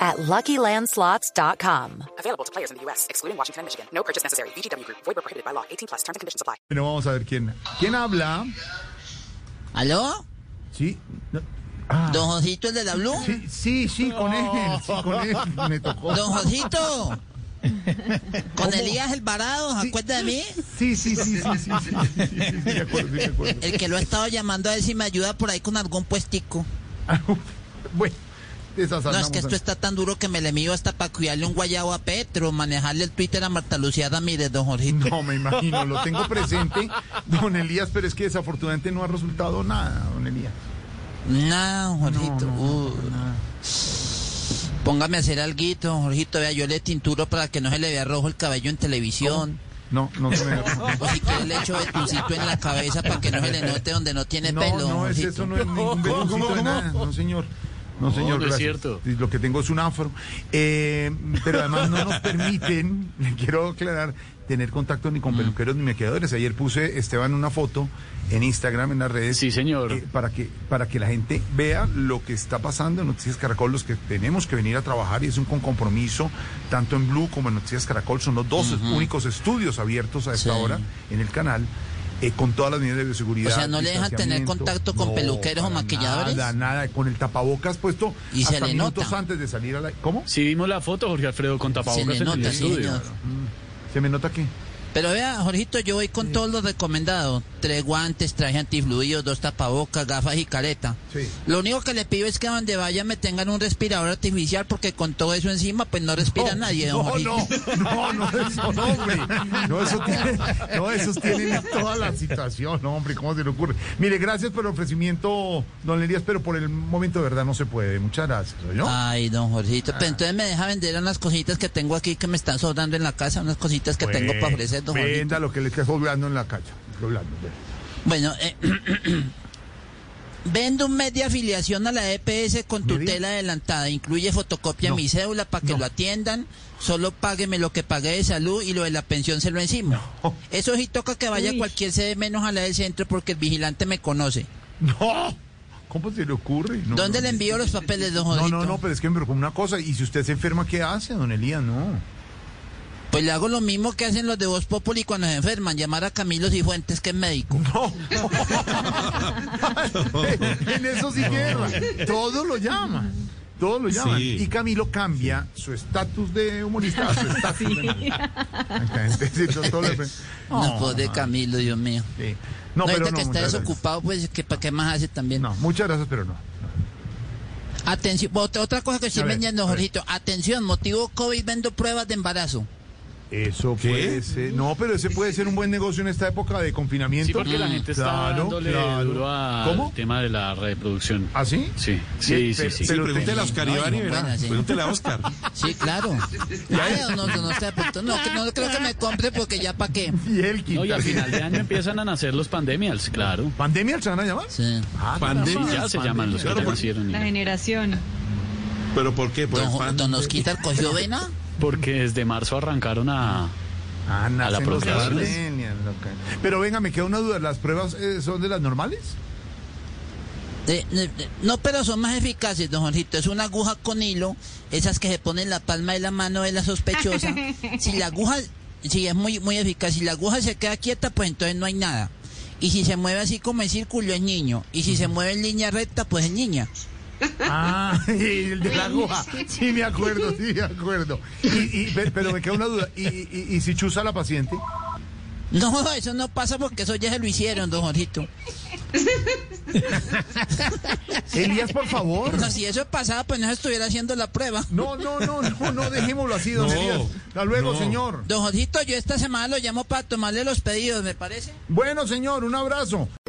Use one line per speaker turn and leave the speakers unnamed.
at LuckyLandSlots.com.
Available to players in the U.S., excluding Washington and Michigan. No purchase necessary. VGW Group. Void where prohibited by law. 18 plus. Terms and conditions apply.
Bueno, vamos a ver quién. ¿Quién habla?
¿Aló?
Sí. no, ah,
¿Don Josito el de la Blue?
sí, sí, sí, con él. Sí, con él. Me tocó.
¿Don Josito? ¿Con Elías Alvarado? ¿Se acuerda de mí?
Sí, sí, sí, sí, sí, sí, sí, sí, sí, sí, me acuerdo, sí, me acuerdo.
El que lo ha estado llamando a ver si me ayuda por ahí con algún puestico.
Bueno,
No,
desasandamos.
es que esto está tan duro que me le mido hasta para cuidarle un guayabo a Petro, manejarle el Twitter a Marta Lucía Ramírez, don Jorgito.
No, me imagino, lo tengo presente, don Elías, pero es que desafortunadamente no ha resultado nada, don Elías.
No, don Jorgito.
no,
uh, póngame a hacer alguito, don Jorgito. Vea, yo le tinturo para que no se le vea rojo el cabello en televisión.
No, no se me
Ay, que le echo vetucito en la cabeza para que no se le note donde no tiene
No,
pelo, don
no, es
Jorgito.
eso no es ningún veloncito de nada, no señor. No, señor,
no es
gracias.
cierto.
Lo que tengo es un afro. Eh, pero además no nos permiten, le quiero aclarar, tener contacto ni
Mm.
con peluqueros ni maquilladores. Ayer puse, Esteban, una foto en Instagram, en las redes.
Sí, señor.
eh, para, que, para que la gente vea lo que está pasando en Noticias Caracol, los que tenemos que venir a trabajar y es un con compromiso, tanto en Blue como en Noticias Caracol. Son los dos únicos estudios abiertos a esta
Sí.
hora en el canal. eh, con todas las medidas de bioseguridad.
O sea, ¿no le dejan tener
distanciamiento.
contacto con peluqueros o
para
maquilladores?
Nada, nada, con el tapabocas puesto
Y se
hasta
le
minutos
nota.
antes de salir a la... ¿Cómo?
Sí vimos la foto, Jorge Alfredo, con tapabocas
le
en el
nota, sí,
estudio.
señor.
¿Se me nota qué?
Pero vea, Jorgito, yo voy con todos los recomendados. Tres guantes, traje antifluidos, dos tapabocas, gafas y careta.
Sí.
Lo único que le pido es que a donde vaya me tengan un respirador artificial porque con todo eso encima pues no respira nadie. don
No,
Jorgito.
no, no, no, eso no, hombre. No, eso tiene, no, esos tienen toda la situación, no, hombre, ¿cómo se le ocurre? Mire, gracias por el ofrecimiento, don Elías, pero por el momento de verdad no se puede. Muchas gracias, ¿oyó?
Ay, don Jorgito,
Ah.
pero entonces me deja vender unas cositas que tengo aquí que me están sobrando en la casa, unas cositas que tengo para ofrecer, don Jorgito.
Venda lo que le estás doblando en la calle. Doblando, ve.
Bueno, eh, vendo un mes de afiliación a la EPS con
¿Media?
tutela adelantada. Incluye fotocopia de
No.
mi cédula para que
No.
lo atiendan. Solo págueme lo que pagué de salud y lo de la pensión se lo encima.
No.
Eso sí toca que vaya a cualquier sede menos a la del centro porque el vigilante me conoce.
No, ¿cómo se le ocurre? No,
¿Dónde
no, no.
le envío los papeles, don
No,
Jodito?
no, no, pero es que me preocupa una cosa. Y si usted se enferma, ¿qué hace, don Elías? No.
Pues le hago lo mismo que hacen los de Voz Populi cuando se enferman, llamar a Camilo Cifuentes, que es médico.
No. en eso sí guerra. Todo lo llaman. Todos lo llaman. Y Camilo cambia su estatus de humorista a su estatus de médico. Exactamente, sí, todo- todo le-
No, pobre Camilo, Dios mío.
Sí. No,
No,
pero
ahorita
no,
que está
muchas gracias.
desocupado, pues, que ¿para qué más hace también?
No, muchas gracias, pero no.
Atención, otra, otra cosa que estoy
A ver,
vendiendo,
a ver.
Jorgito. Atención, motivo COVID, vendo pruebas de embarazo.
Eso puede ser. No, pero ese puede ser un buen negocio en esta época de confinamiento.
Sí, porque la gente está
Claro,
dándole
claro.
duro al
¿Cómo?
tema de la reproducción.
¿Ah, sí?
Sí, sí, sí,
pero-
sí.
pero-
Pregúntele a Oscar Iván y verá.
buena, sí.
Pregúntele a Oscar.
Sí, claro. Ay, no, no, no, está de punto. no, que- no creo que me compre porque ya para qué.
Y el
No, y al
Quintar-
final de año empiezan a nacer los pandemias, claro.
¿Pandemia se van a llamar?
Sí.
Ah,
Pandemia.
Ya se llaman los que
Claro,
ya
por-
nacieron. y-
La generación.
¿Pero por qué? Por
Don,
el
Jo-
fan.
don Osquitar cogió vena.
Porque desde marzo arrancaron a...
Ah,
A la
nacen los
procreación.
millennials, ok. Pero venga, me queda una duda. ¿Las pruebas eh, son de las normales?
Eh, eh, eh, no, pero son más eficaces, don Jorgito. Es una aguja con hilo, esas que se ponen en la palma de la mano de la sospechosa. Si la aguja, si es muy, muy eficaz, si la aguja se queda quieta, pues entonces no hay nada. Y si se mueve así como en círculo, es niño. Y si se mueve en línea recta, pues es niña.
Ah, y el de la aguja. Sí, me acuerdo, sí, me acuerdo. Y, y- pe- pero me queda una duda. ¿Y, y- y si chusa la paciente?
No, eso no pasa porque eso ya se lo hicieron, don Jorgito.
Elías, por favor.
No, si eso pasaba, pues no se estuviera haciendo la prueba.
No, no, no, no, no, dejémoslo así, don
No,
Elías. Hasta luego,
no.
señor.
Don Jorgito, yo esta semana lo llamo para tomarle los pedidos, ¿me parece?
Bueno, señor, un abrazo.